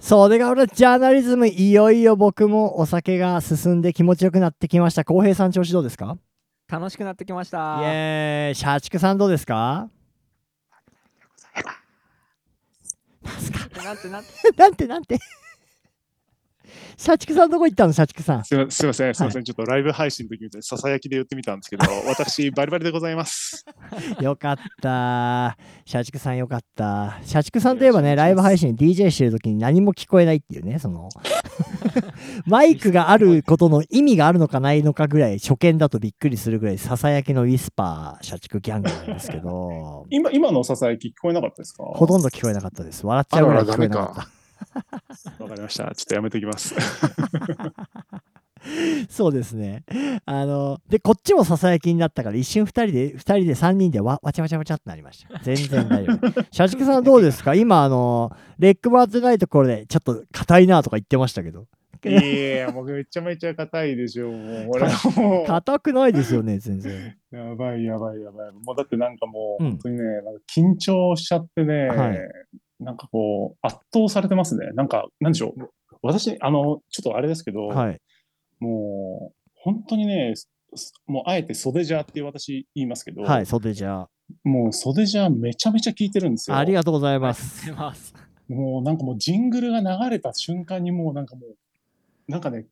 それが俺ジャーナリズムいよいよ僕もお酒が進んで気持ちよくなってきました浩平さん調子どうですか楽しくなってきましイた。エーイ社畜さんどうですかなんてなんて。なんてなんて 社畜さんどこ行ったの社畜さんすいません、すいません、すいませんちょっとライブ配信の時みたいにささやきで言ってみたんですけど、 私、バリバリでございます。、よかった。社畜さんよかった。社畜さんといえばね、ライブ配信 DJ してる時に何も聞こえないっていうね、その。 マイクがあることの意味があるのかないのかぐらい、初見だとびっくりするぐらい、ささやきのウィスパー、社畜ギャングなんですけど 今今のささやき聞こえなかったですかほとんど。ど聞こえなかったです。笑っちゃうぐらい聞こえなかあらった。わかりました。ちょっとやめておきます。 そうですね。あの、で、こっちもささやきになったから、一瞬2人で、2人で3人でわわちゃわちゃわちゃってなりました。全然大丈 夫。社畜さんどうですか今、あの、レックバーズないところで、ちょっと硬いなとか言ってましたけど。 いやいや、僕めちゃめちゃ硬いでしょ。もう、俺はもう。硬くないですよね、全然。やばいやばいやばい。もうだってなんかもう、うん本当にね、なんか緊張しちゃってね、はいなんかこう、圧倒されてますね。なんか、なんでしょう。私、あの、ちょっとあれですけど、はい。もう、本当にね、すもうあえて袖じゃって私言いますけど、はい、袖じゃもう袖じゃめちゃめちゃ聞いてるんですよ。あ。ありがとうございありがまとうごすざい。ます。もうなんかもうジングルが流れた瞬間にもうなんかもう、なんかね、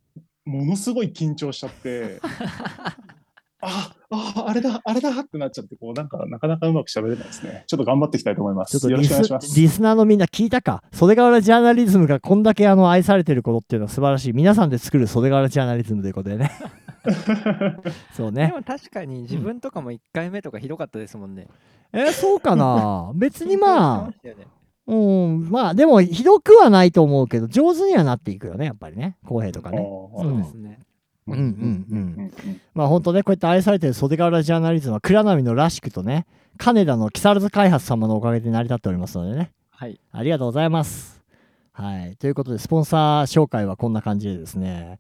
ものすごい緊張しち ゃって、あ、あ、あれだ、あれだってなっちゃって、こうなんかなかなかうまく喋れないですね。ちょっと頑張っていきたいと思いまちょっす。とよろリしくおス願いします。リスナーのみんな聞いたか袖ヶ浦ジャーナリズムがこんだけあの愛されてることっていうのは素晴らしい皆さんで作る袖ヶ浦ジャーナリズムということで ねそうねでも確かに自分とかも1回目とかひどかったですもんね。えーそうか な別にまあ、緊張してましたよねうん、まあでもひどくはないと思うけど、上手にはなっていくよね、やっぱりね、公平とかね。おうーんそうですね。うんうんう。うんんうんまあ本当ね、こうやって愛されてる袖ヶ浦ジャーナリズムは、倉波のらしくとね、金田の木更津開発様のおかげで成り立っておりますのでね、はい。ありがとうございます。はい、ということで、スポンサー紹介はこんな感じでですね、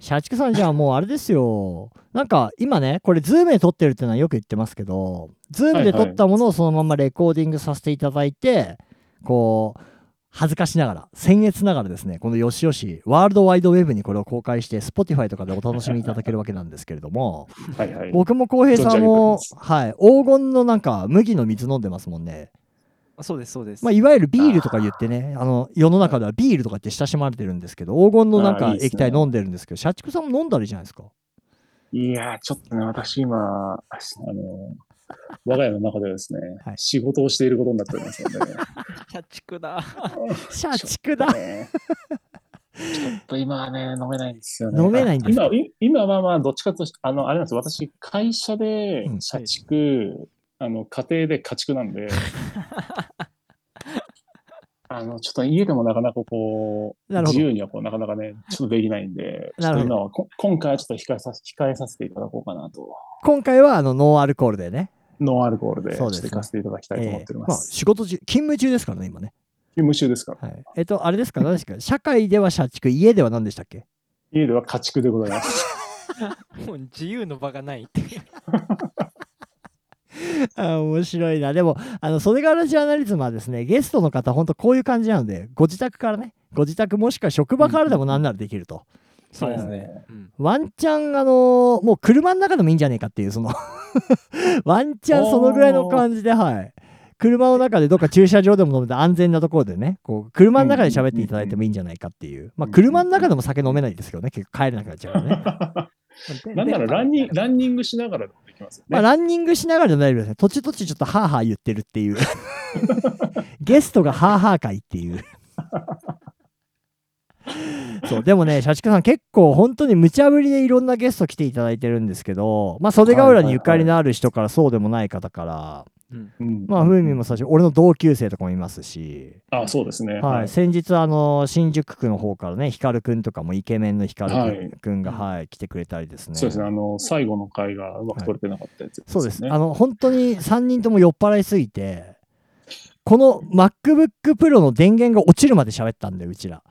社畜さん、じゃあもうあれですよ、なんか今ね、これ、ズームで撮ってるっていうのはよく言ってますけど、ズームで撮ったものをそのままレコーディングさせていただいて、こう、恥ずかしながら、僭越ながらですね、このよしよし、ワールドワイドウェブにこれを公開して、Spotify とかでお楽しみいただけるわけなんですけれども、 はいはい。僕も浩平さんも存じ、はい、黄金のなんか、麦の水飲んでますもんね。そうです、そうです。まあ、いわゆるビールとか言ってねあの世の中ではビールとかって親しまれてるんですけど黄金のなんあーかいいっすね液体飲んでるんですけど社畜さんも飲んだらいいじゃないですかいやー、ちょっとね、私今、あの、我が家の中ではですね、はい仕事をしていることになっておりますので、社畜だ。 社畜だねちょっと今はね、飲めないんですよね。飲めないんですか今い今はまあ、どっちかとして、あの、あれなんですよ私、会社でうん社畜、あの、家庭で家 畜なんで、あの、ちょっと家でもなかなかこう、なるほど自由にはこう、なかなかね、ちょっとできないんで、ちょなっるほとど今はこ、今回はちょっと控えさせ控えさせていただこうかなと、今回はあのノンアルコールでね、ノンアルコールで、ちそょうっですとね行かせていただきたいと思っておりままあ、す。仕事中勤務中ですからね今ね、無臭ですから。はい、えっとあれですか何ですか 社会では社畜家では何でしたっけ家では家畜でございます。もう自由の場がないって。あ 面白いな。でも、あの、袖柄ジャーナリズムはですね、ゲストの方、ほんとこういう感じなので、ご自宅からね、ご自宅もしくは職場からでもなんならできると。そうですね。うん。ワンチャン、あのーもう車の中でもいいんじゃねえかっていう、その、ワンチャンそのぐらいの感じで、はい。車の中でどっか駐車場でも飲めて安全なところでね、こう、車の中で喋っていただいてもいいんじゃないかっていう。まあ、車の中でも酒飲めないですけどね、結構帰れなくなっちゃうからね。 なんならランニンランニングしながらでもできますよね。まあ、ランニングしながらじゃないですね。途中途中ちょっとハーハー言ってる っていう。ゲストがハーハー会っていう。そうでもね、社畜さん、結構本当に無茶ぶりでいろんなゲスト来ていただいてるんですけど、まあ、袖ヶ浦にゆかりのある人からそうでもない方から、うんうんまあ、ふうみんもそうだし、俺の同級生とかもいますし、あ、そうですね。はい、先日、あの新宿区の方からね、ヒカルくんとかもイケメンのヒカルくんが、ははい、来てくれたりですね。そうですね。あの、最後の回がうまく取れてなかったやつ、そうです。ね。あの、本当に3人とも酔っ払いすぎて、この MacBook Pro の電源が落ちるまで喋ったんで、うち ら。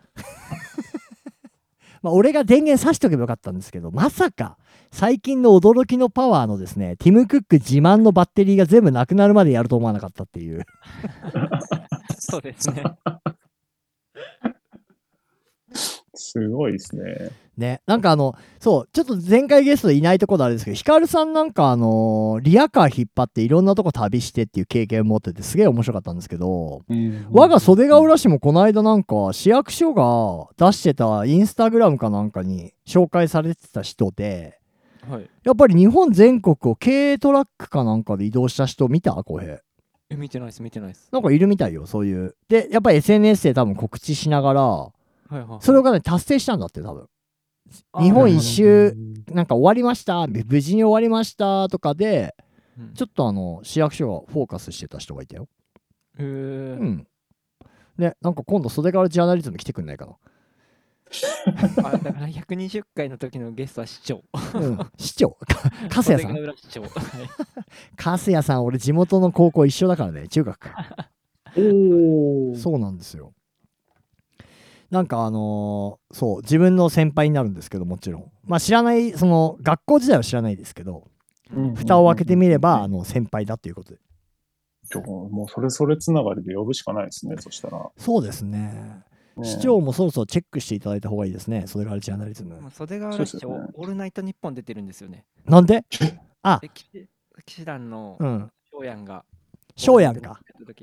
まあ、俺が電源挿しとけばよかったんですけど、まさか、最近の驚きのパワーのですね、ティム・クック自慢のバッテリーが全部なくなるまでやると思 わなかったっていう。そうですね。すごいですね。ね、なんかあのそうちょっと前回ゲストでいないところであれですけどヒカルさんなんかあのリアカー引っ張っていろんなとこ旅してっていう経験を持っててすげえ面白かったんですけど我が袖ヶ浦市もこの間なんか市役所が出してたインスタグラムかなんかに紹介されてた人ではい。やっぱり日本全国を軽トラックかなんかで移動した人見た浩平え、見てないです、見てないです。なんかいるみたいよそういうでやっぱり SNS で多分告知しながらはいはい。それがね達成したんだって多分あ日本一なる周なんか終わりました無無事に終わりましたとかでほどうんちょっとあの市役所がフォーカスしてた人がいたよ。へーうん。ね、なんか今度袖からジャーナリズム来てくんないかあだから120回の時のゲストは市長。な。うん。市 長、か粕谷さ袖ヶん。浦市 長。はい粕谷さん、俺地元の高校一緒だからね、中学か。おお。そうなんですよ。なんかあのーそう、自分の先輩になるんですけど、もちろん。まあ知らない、その学校自体は知らないですけど、うん蓋を開けてみれば、あの先輩だということで。もうそれそれつながりで呼ぶしかないですね、そしたら。そうですね。ね市長もそろそろチェックしていただいた方がいいですね、袖からジャーナリズムもう。袖ヶ浦市長、そうですよねオールナイトニッポン出てるんですよね。なんであで、騎騎士団のうん。翔やんが。翔やんか。。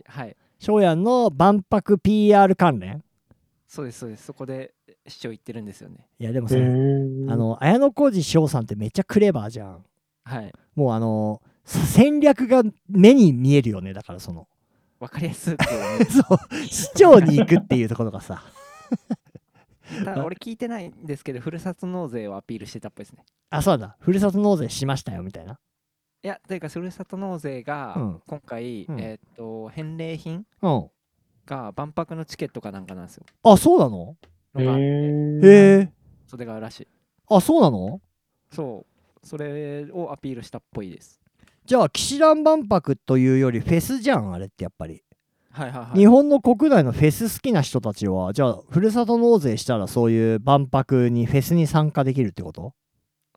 はい。翔やんの万博 PR 関連そうです、そうです。そこで市長行ってるんですよね。いやでもへさ、ーあの綾小路翔さんってめっちゃクレバーじゃんはい。もうあの戦略が目に見えるよねだからその わかりやすく、ね。そう市長に行くっていうところがさ ただ俺聞いてないんですけど、ふるさと納税をアピールしてたっぽいですね。あそうだふるさと納税しましたよみたいないや、というか、ふるさと納税がうん今回、うんえーっと、返礼品うんが万博のチケットかなんかなんですよ。あそうなののがあってへへえ。え袖ヶ浦市。あそうなのそう。それをアピールしたっぽいです。じゃあ騎士団万博というよりフェスじゃんあれってやっぱり、はいはいはい。日本の国内のフェス好きな人たちはじゃあふるさと納税したらそういう万博にフェスに参加できるってこと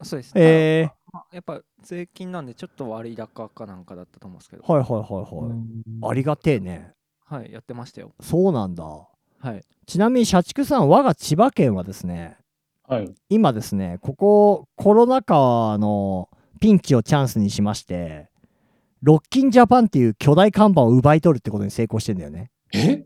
そうです。へえあまあやっぱ税金なんでちょっと割高かなんかだったと思うんですけど、はいはいはいはい、ありがてえねはい、やってましたよ。そうなんだはい。ちなみに社畜さん我が千葉県はですねはい。今ですねここコロナ禍のピンチをチャンスにしましてロッキンジャパンっていう巨大看板を奪い取るってことに成功してんだよね、えはい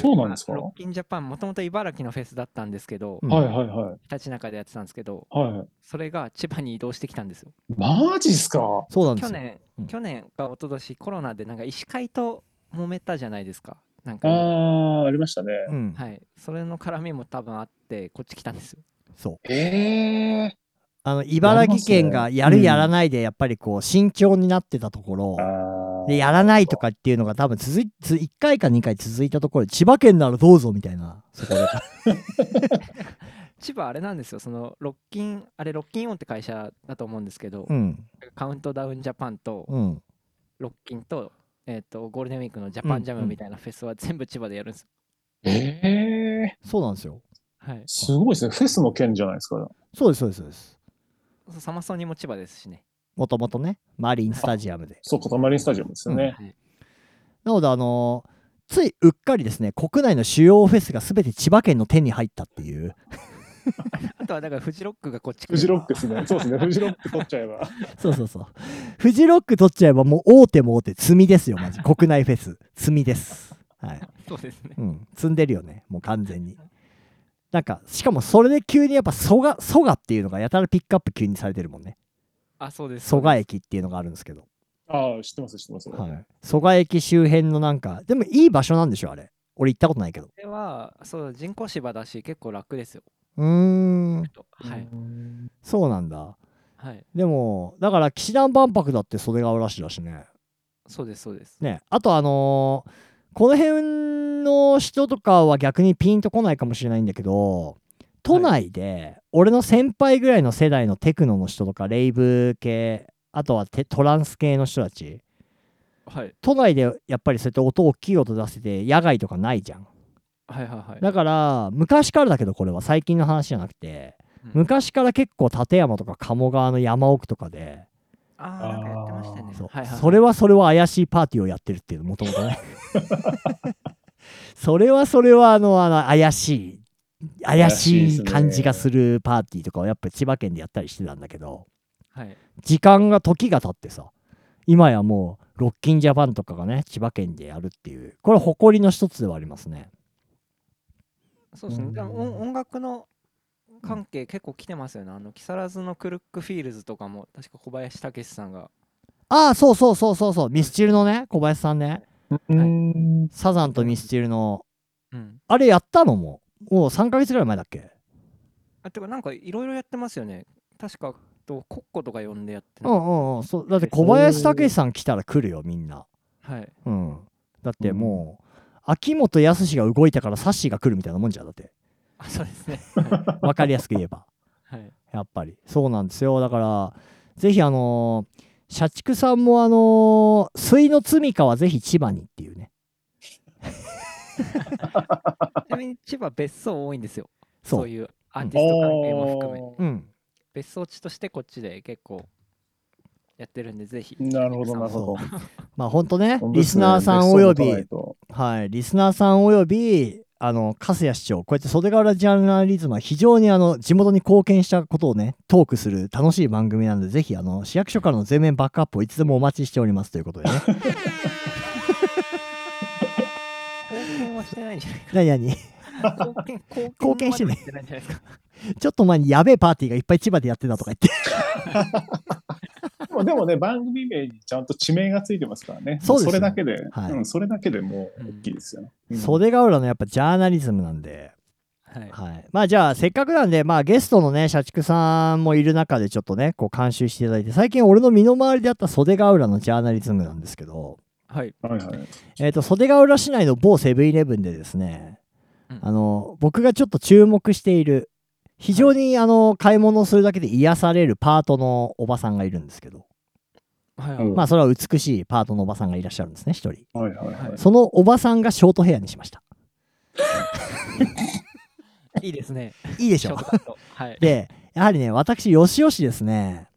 そうなんですかまあロッキンジャパン、もともと茨城のフェスだったんですけどう、んはいはいはい。ひたちなかでやってたんですけど、はい。それが千葉に移動してきたんですよ。マジっすかそうなんで去すよ年、うん去年か一昨年コロナでなんか医師会と揉めたじゃないですか。なんあか、はあ、ありましたね。うんい。それの絡みも多分あって、こっち来たんですよ。そうへえ。あの茨城県がやるやらないでやっぱりこう慎重になってたところ、あーでやらないとかっていうのが多分続いつ1回か2回続いたところで千葉県ならどうぞみたいなそ こで千葉あれなんですよ。そのロッキン、あれロッキンオンって会社だと思うんですけど、うんカウントダウンジャパンと、うんロッキンと、えっ、と、ゴールデンウィークのジャパンジャうんムうんみたいなフェスは全部千葉でやるんです。へえ。そうなんですよはい。すごいですね。フェスの件じゃないですか。そうですそうですそうですそうサマソニも千葉ですしね。もともとねマリンスタジアムでそう、塊スタジアムですよね。はい、なのであのーついうっかりですね国内の主要フェスが全て千葉県の手に入ったっていうあとはだからフジロックがこっち来フジる。ロックですね。そうですね。フジロック取っちゃえば。 そうそうそうフジロック取っちゃえばもう大手も大手積みですよマ ジ国内フェス積みですはい、そうですねう。ん、積んでるよねもう完全になんかしかもそれで急にやっぱ蘇我蘇我っていうのがやたらピックアップ急にされてるもんねあ、そうです。蘇我駅っていうのがあるんですけど、ああ、知ってます、知ってます。はい、蘇我駅周辺のなんかでもいい場所なんでしょあれ俺行ったことないけどこれは、そう、人工芝だし、結構楽ですよ。うーんはい。そうなんだはい。でもだから騎士団万博だって袖ヶ浦市だしねそうです、そうです。ねあとあのーこの辺の人とかは逆にピンとこないかもしれないんだけど都内で俺の先輩ぐらいの世代のテクノの人とかレイブ系あとはテトランス系の人たちはい。都内でやっぱりそうやって音大きい音出せて野外とかないじゃんはいはいはだから昔からだけどこれは最近の話じゃなくてい。うん、昔から結構立山とか鴨川の山奥とかでああ、なんかやってましたね。そうはいはい。それはそれは怪しいパーティーをやってるっていう もともとねそれはそれはあのあの怪しい怪しい感じがするパーティーとかをやっぱ千葉県でやったりしてたんだけどはい。時間が時が経ってさ今やもうロッキンジャパンとかがね千葉県でやるっていうこれ誇りの一つではありますねそうですうね。んでも音音楽の関係結構来てますよね。あの木更津のクルックフィールズとかも確か小林武史さんがああそうそうそうそうそうミスチルのね小林さんねうん。サザンとミスチルのうん。あれやったのももう3ヶ月ぐらい前だっけあてかなんかいろいろやってますよね。確かとコッコとか呼んでやってうなんかうんうんそうだって小林武史さん来たら来るよみんなはい。うんだってもう秋元康が動いたからサッシーが来るみたいなもんじゃんだってあそうで すね。は分かりやすく言えば いはい。やっぱりそうなんですよだからぜひあのー社畜さんもあのー水の罪かはぜひ千葉にっていうねちなみに千葉別荘多いんですよ。そうそういうアーティスト関係も含め。うあーん別荘地としてこっちで結構やってるんでぜひなるほど、なるほど。 まあほんとね本当リでスすねナーさんおよび別荘持たないとはい、リスナーさんおよびあの粕谷市長こうやって袖ヶ浦ジャーナリズムは非常にあの地元に貢献したことをねトークする楽しい番組なのでぜひあの市役所からの全面バックアップをいつでもお待ちしておりますということでね 貢献はしてないんじゃない何々かな貢献貢貢献してないまではないんじゃない ですかちょっと前にやべえパーティーがいっぱい千葉でやってたとか言ってでもでもね、番組名にちゃんと地名がついてますからね。そうですよれだけで、はいうん、それだけでもう大きいですよね。うん袖ヶ浦のやっぱジャーナリズムなんで、はいはい、まあじゃあせっかくなんで、まあ、ゲストのね社畜さんもいる中でちょっとねこう監修していただいて最近俺の身の回りであった袖ヶ浦のジャーナリズムなんですけどはいはいはい。えー、と袖ヶ浦市内の某セブンイレブンでですね、うんあの僕がちょっと注目している非常にあの買い物をするだけで癒されるパートのおばさんがいるんですけど、はいうんまあそれは美しいパートのおばさんがいらっしゃるんですね一人はいはいはい。そのおばさんがショートヘアにしましたいいですね いいでしショょートカットはい でやはりね私吉吉ですね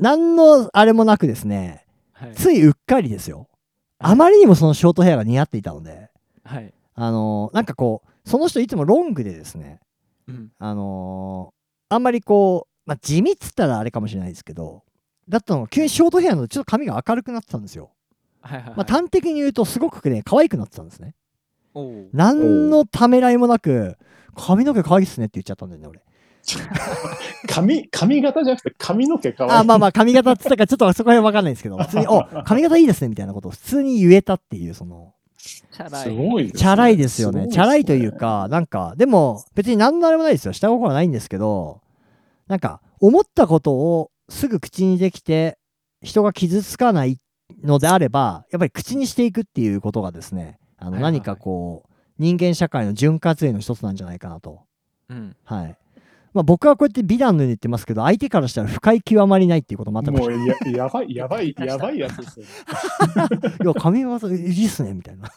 何のあれもなくですねはいついうっかりですよあまりにもそのショートヘアが似合っていたのではいあのなんかこうその人いつもロングでですねうんあのーあんまりこう、まあ、地味っつったらあれかもしれないですけどだったのが急にショートヘアのちょっと髪が明るくなってたんですよ、はいはいまはあ、い端的に言うとすごくね可愛くなってたんですねおお何のためらいもなく髪の毛可愛いっすねって言っちゃったんだよね俺髪、髪型じゃなくて髪の毛かわいい。あまあまあ髪型っつったからちょっとそこら辺分かんないんですけど普 通に「お髪型いいですね」みたいなことを普通に言えたっていうそのチャラすいごいですね。チャラいですよねごチャラいという。かなんかでも別に何のあれもないですよ下心はないんですけどなんか思ったことをすぐ口にできて人が傷つかないのであればやっぱり口にしていくっていうことがですねあはのいはいはい何かこう人間社会の潤滑油の一つなんじゃないかなとうんはいまあ僕はこうやって美談のように言ってますけど相手からしたら不快極まりないっていうことまたもうややば い、やばい、やばいやつですよ、ね。いや神業いいっすねみたいな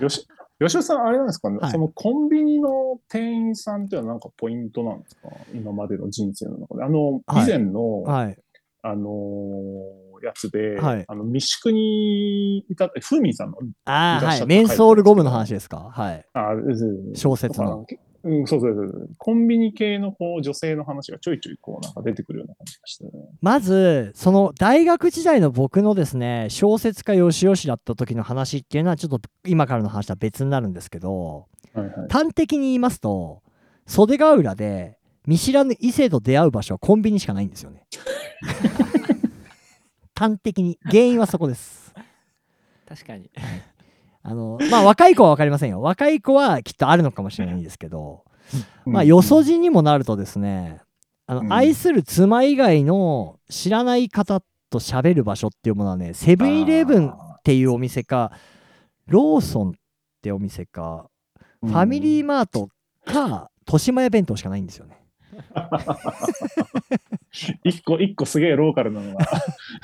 よし吉尾さん、あれなんですかね、はいそのコンビニの店員さんっていうのはなんかポイントなんですか今までの人生の中で。あの、はい以前の、はいあのーやつで、はいあの、民宿にいた、えふうみんさんの、ああいらっはしゃいったメンソールゴムの話ですかはいあ、うんうん小説のとかうん、そうそうそうそう。コンビニ系のこう女性の話がちょいちょいこうなんか出てくるような感じがして、ね。まずその大学時代の僕のですね小説家よしよしだった時の話っていうのはちょっと今からの話とは別になるんですけどはいはい。端的に言いますと袖ヶ浦で見知らぬ異性と出会う場所はコンビニしかないんですよね。端的に原因はそこです。確かにあのまあ若い子は分かりませんよ若い子はきっとあるのかもしれないんですけど、まあうんよそじにもなるとですねあの、うん愛する妻以外の知らない方と喋る場所っていうものはねセブンイレブンっあていうお店かローソンってお店か、ーファミリうーんマートか豊島屋弁当しかないんですよね一個一個すげえローカルなのが。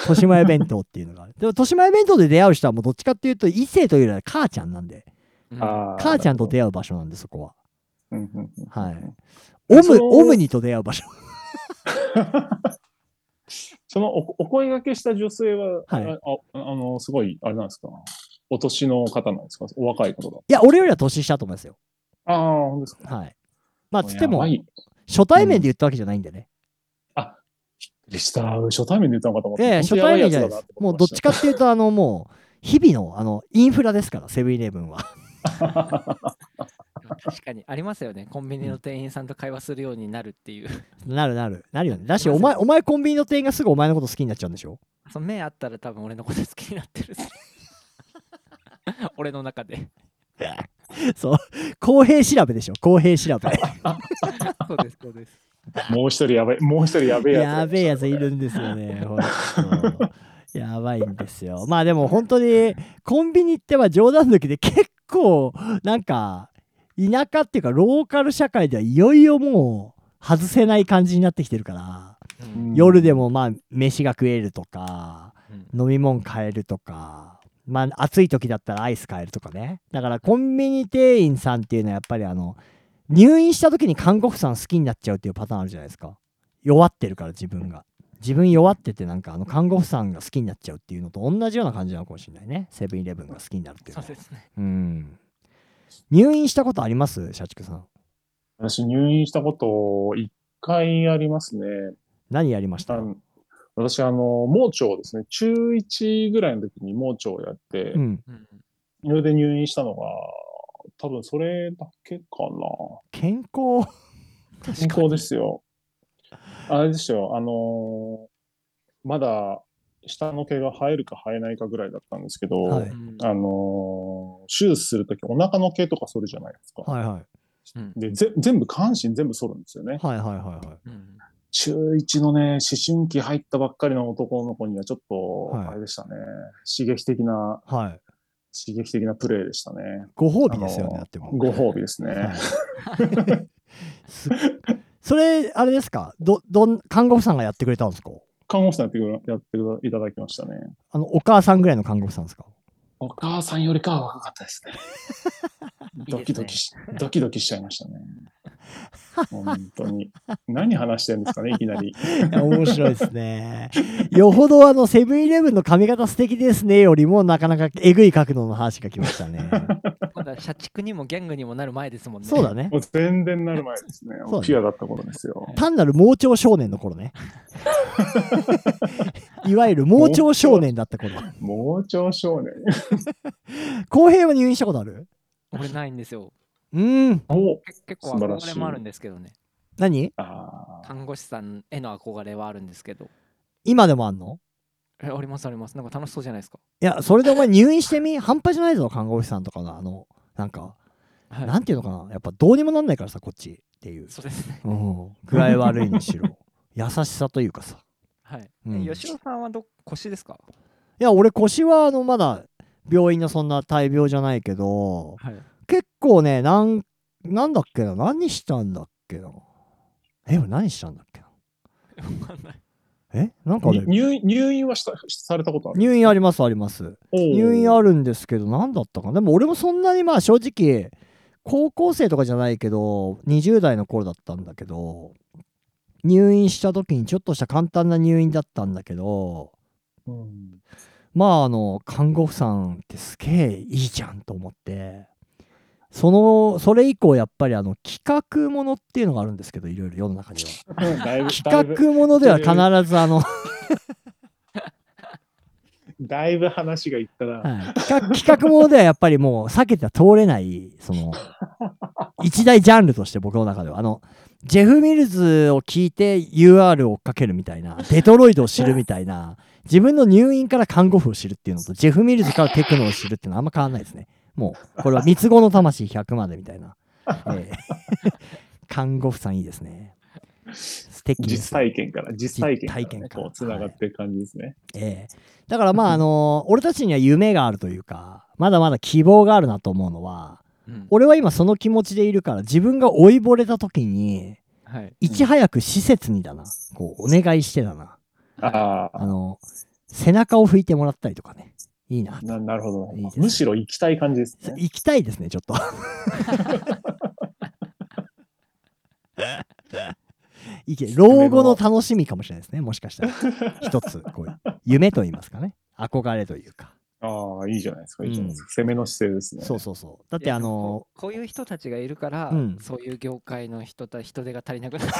豊島屋弁当っていうのが あるでも豊島屋弁当で出会う人はもうどっちかっていうと異性というよりは母ちゃんなんでうんあー母ちゃんと出 会う場所なんでそこはうんうんうんはいオそムのオムニと出会う場所そのおお声掛けした女性は、はいあああの、すごい、あれなんですか、お年の方なんですか、お若い方だ。いや俺よりは年下だと思いますよああ、本当ですか。はい。まあ、つってやもば、い初対面で言ったわけじゃないんでね。でした。初対面で言ったのかと思っえて。え、本当初やば対面やつじゃなだいなですと。も思ういどまっしちたかっていうと、あの、もう、日々の、あの、インフラですから、セブンイレブン は。でも確かにありますよね。コンビニの店員さんと会話するようになるっていう。 なるなる。なるよね。だし、いまおすよ前、お前コンビニの店員がすぐお前のこと好きになっちゃうんでしょその目あったら多分俺のこと好きになってる っす俺の中で。そう。公平調べでしょ公平調べ。そうです、そうです。もう一人やべえ、もう一人 やべえやつ。やべえやついるんですよね。ほんとやばいんですよ。まあでも本当にコンビニっては冗談抜きで結構なんか田舎っていうかローカル社会ではいよいよもう外せない感じになってきてるから、うんうん夜でもまあ飯が食えるとかうん飲み物買えるとか。まあ、暑い時だったらアイス買えるとかねだからコンビニ店員さんっていうのはやっぱりあの入院した時に看護婦さん好きになっちゃうっていうパターンあるじゃないですか弱ってるから自分が自分弱っててなんかあの看護婦さんが好きになっちゃうっていうのと同じような感じなのかもしれないねセブンイレブンが好きになるっていうそのうはですね。うん入院したことあります社畜さん私、入院したこと、一回ありますね。何やりましあたうの私、あの、盲腸ですね。中1ぐらいの時に盲腸をやって、んうんそれで入院したのが、多分それだけかな。健康 健康ですよ。あれですよ、あのーまだ下の毛が生えるか生えないかぐらいだったんですけど、はいうんあのー手術するときお腹の毛とか剃るじゃないですか。はいはいうんでぜ、全部下半身全部剃るんですよね。はいはいはいはいうん中1のね、思春期入ったばっかりの男の子にはちょっはいと、あれでしたね、刺激的な、はい刺激的なプレーでしたね。ご褒美ですよねあのだってもうご褒美ですね。すそれあれですかどどん看護婦さんがやってくれたんですか看護師さんやってくれやっていただきましたね。あのお母さんぐらいの看護婦さんですかお母さんよりかは若かったですね。ドキドキし、ドキドキしちゃいましたね。本当に。何話してるんですかね、いきなり。いや面白いですね。よほどあのセブンイレブンの髪型素敵ですねよりもなかなかえぐい角度の話が来ましたね。まだ社畜にもギャングにもなる前ですもんね。そうだね も。う全然なる前ですねそうだ。ねピュアだった頃ですよ。単なる盲腸少年の頃 ね。いわゆる盲腸少年だった頃。盲腸少年。公平は入院したことある俺ないんですよ。うーん。おけ結構素晴らしい憧れもあるんですけどね。何あー看護師さんへの憧れはあるんですけど。今でもあんのえ、ありますあります。なんか楽しそうじゃないですか。いや、それでお前入院してみ半端じゃないぞ、看護師さんとかのあの、なんか、はいなんていうのかな。やっぱどうにもなんないからさ、こっちっていう。そうですね。うん。具合悪いにしろ。 優しさというかさ。はい。うんえ吉尾さんはど腰ですかいや俺腰はあのまだ病院のそんな大病じゃないけどはい。結構ねなんなんだっけな何したんだっけなえ俺何したんだっけなわかんない。えなんかねに入院入院はしたされたことある入院ありますあります入院ある。るんですけど何だったかなでも俺もそんなにまあ正直高校生とかじゃないけど20代の頃だったんだけど入院した時にちょっとした簡単な入院だったんだけどうんまああの看護婦さんってすげえいいじゃんと思ってそのそれ以降やっぱりあの企画ものっていうのがあるんですけどいろいろ世の中にはだいぶ、だい 企ぶ、画ものでは必ずあの、はだいぶ話がいったら、い、企画企画ものではやっぱりもう避けては通れないその一大ジャンルとして僕の中ではあのジェフ・ミルズを聞いて UR を追っかけるみたいなデトロイドを知るみたいな自分の入院から看護婦を知るっていうのとジェフ・ミルズからテクノを知るっていうのはあんま変わんないですねもうこれは三つ子の魂100までみたいな、ええ看護婦さんいいですね素敵です実体験から、実体験から、ね、実体験からこう、つながっていく感じですね。ええ、だからまああの俺たちには夢があるというかまだまだ希望があるなと思うのはうん俺は今その気持ちでいるから自分が老いぼれた時にはい。いち早く施設にだなこうお願いしてだなあああ、の背中を拭いてもらったりとかねいいなななるほど、いいですねむしろ行きたい感じですね。行きたいですねちょっといけ老後の楽しみかもしれないですねもしかしたら一つこういう夢と言いますかね憧れというかああ、いいじゃないですか、いいじゃないですうか。攻めの姿勢ですね。そうそうそうだってあのこういう人たちがいるから、うんそういう業界の人た人手が足り なくなる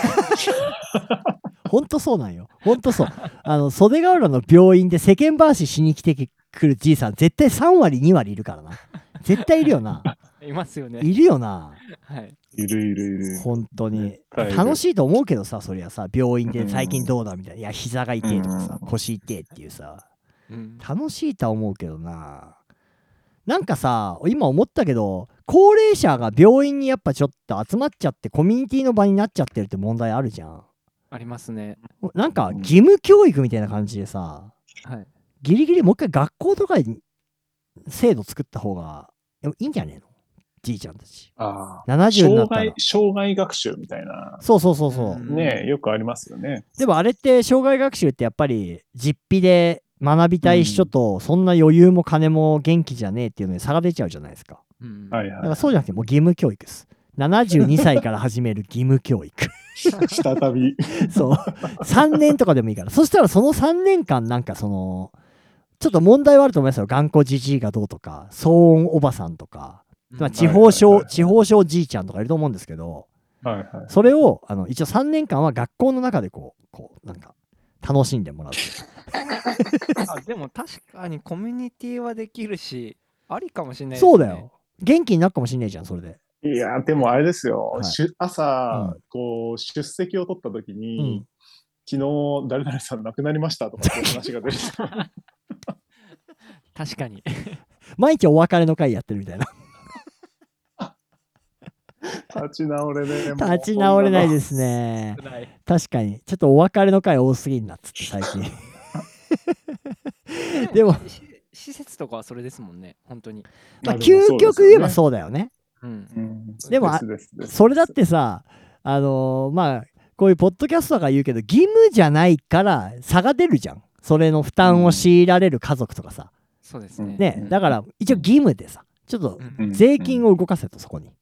ほんとそうなんよほんと そうあの袖ヶ浦の病院で世間話しに来てくるじいさん絶対3割2割いるからな絶対いるよ ないますよね。いるよなはい。いるいるいる。本当に絶対いる楽しいと思うけどさそりゃさ病院で最う近んどうだみたいないや膝が痛えとかさうん腰痛えっていうさうん楽しいとは思うけどななんかさ今思ったけど高齢者が病院にやっぱちょっと集まっちゃってコミュニティの場になっちゃってるって問題あるじゃんありますね。なんか義務教育みたいな感じでさはい。ギリギリもう一回学校とかに制度作った方がでもいいんじゃねえのじいちゃんたちああ。 70になっ障た害ら、障害学習みたいな。そうそうそうそう、うんねえよくありますよね。でもあれって障害学習ってやっぱり実費で学びたい人とそんな余裕も金も元気じゃねえっていうのに差が出ちゃうじゃないですかうんはいだかはらそうじゃなくてもう義務教育です72歳から始める義務教育い。再び。そう3年とかでもいいからそしたらその3年間なんかそのちょっと問題はあると思いますよ頑固じじいがどうとか騒音おばさんとか、まあ、地方は症いはいはいはい地方症じいちゃんとかいると思うんですけど はいはい。それをあの一応3年間は学校の中でこうこうなんか楽しんでもらうあでも確かにコミュニティはできるし、ありかもしれないですね。そうだよ。元気になるかもしんないじゃん、それで。いやー、でもあれですよ、はいしゅ朝、うこう、出席を取ったときに、うん昨日、誰々さん亡くなりましたとか、そういう話が 出てきた。確かに。毎日お別れの会やってるみたいな。立ち直れね。もう立ち直れないですね。はい。確かに。ちょっとお別れの会多すぎんなっつって、最 近。でも、し施設とかはそれですもんね、本当に。まあ、でも究極言えばうそうだよね。うん。ですよね。うんでもあすですですそれだってさ、あのーまあ、こういうポッドキャストとか言うけど、義務じゃないから差が出るじゃん。それの負担を強いられる家族とかさ。そうですね。ねうん、だから一応義務でさ、ちょっとうん。税金を動かせと、そこに。う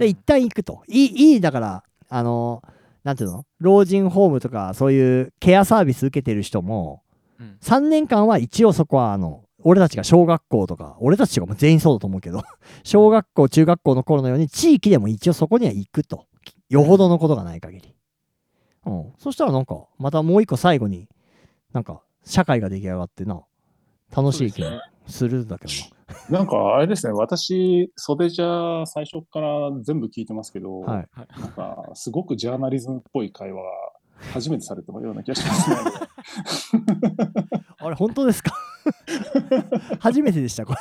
でん一旦行くといいいいだからあのなんていうの老人ホームとかそういうケアサービス受けてる人もうん3年間は一応そこはあの俺たちが小学校とか俺たちとかも全員そうだと思うけど 小学校中学校の頃のように地域でも一応そこには行くとよほどのことがない限り、うん、そしたらなんかまたもう一個最後になんか社会が出来上がってな楽しい気もするんだけどなんか、あれですね、私、袖じゃ最初から全部聞いてますけど、な、はい、はいなんか、すごくジャーナリズムっぽい会話、初めてされたような気がしますね。あれ本当ですか 初めてでしたこれ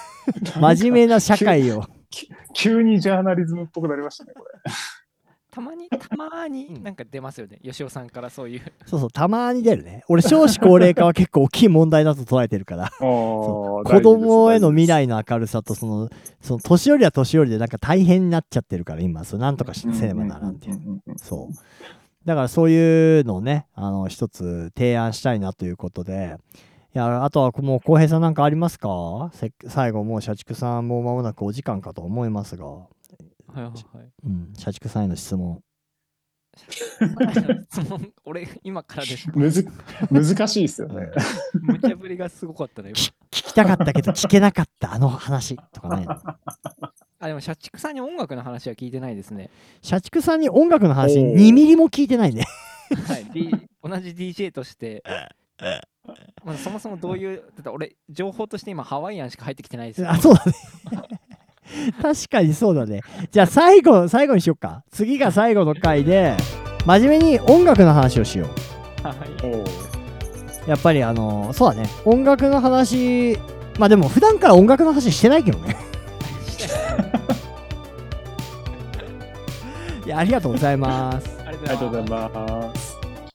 真面目な社会を。急にジャーナリズムっぽくなりましたね、これ。たまに、たまになんか出ますよね、吉尾さんからそういう。そうそう、たまに出るね。俺、少子高齢化は結構大きい問題だと捉えてるから、子子供への未来の明るさと、その、その年寄りは年寄りで、なんか大変になっちゃってるから、今、そうなんとかしせねばならんっていう。そう。だから、そういうのをね、あの、一つ提案したいなということで、いや、あとはもう、浩平さんなんかありますかせ最後、もう、社畜さんも間もなくお時間かと思いますが、はいはいはい。うん、社畜さんへの質問。 質問、俺、今からです。 むず 難しいですよね。無茶ぶりがすごかったね、今。聞きたかったけど、聞けなかった、あの話と かね。あ、でも、社畜さんに音楽の話は聞いてないですね。社畜さんに音楽の話おう2ミリも聞いてないねはい。D、同じ DJ として。まあ、そもそもどういう、だって俺、情報として今、ハワイアンしか入ってきてないですよあそうだね確かにそうだねじゃあ最後最後にしよっか次が最後の回で真面目に音楽の話をしようはいおうやっぱりあのそうだね音楽の話まあでも普段から音楽の話してないけどねいやありがとうございますありありがとうござすいます。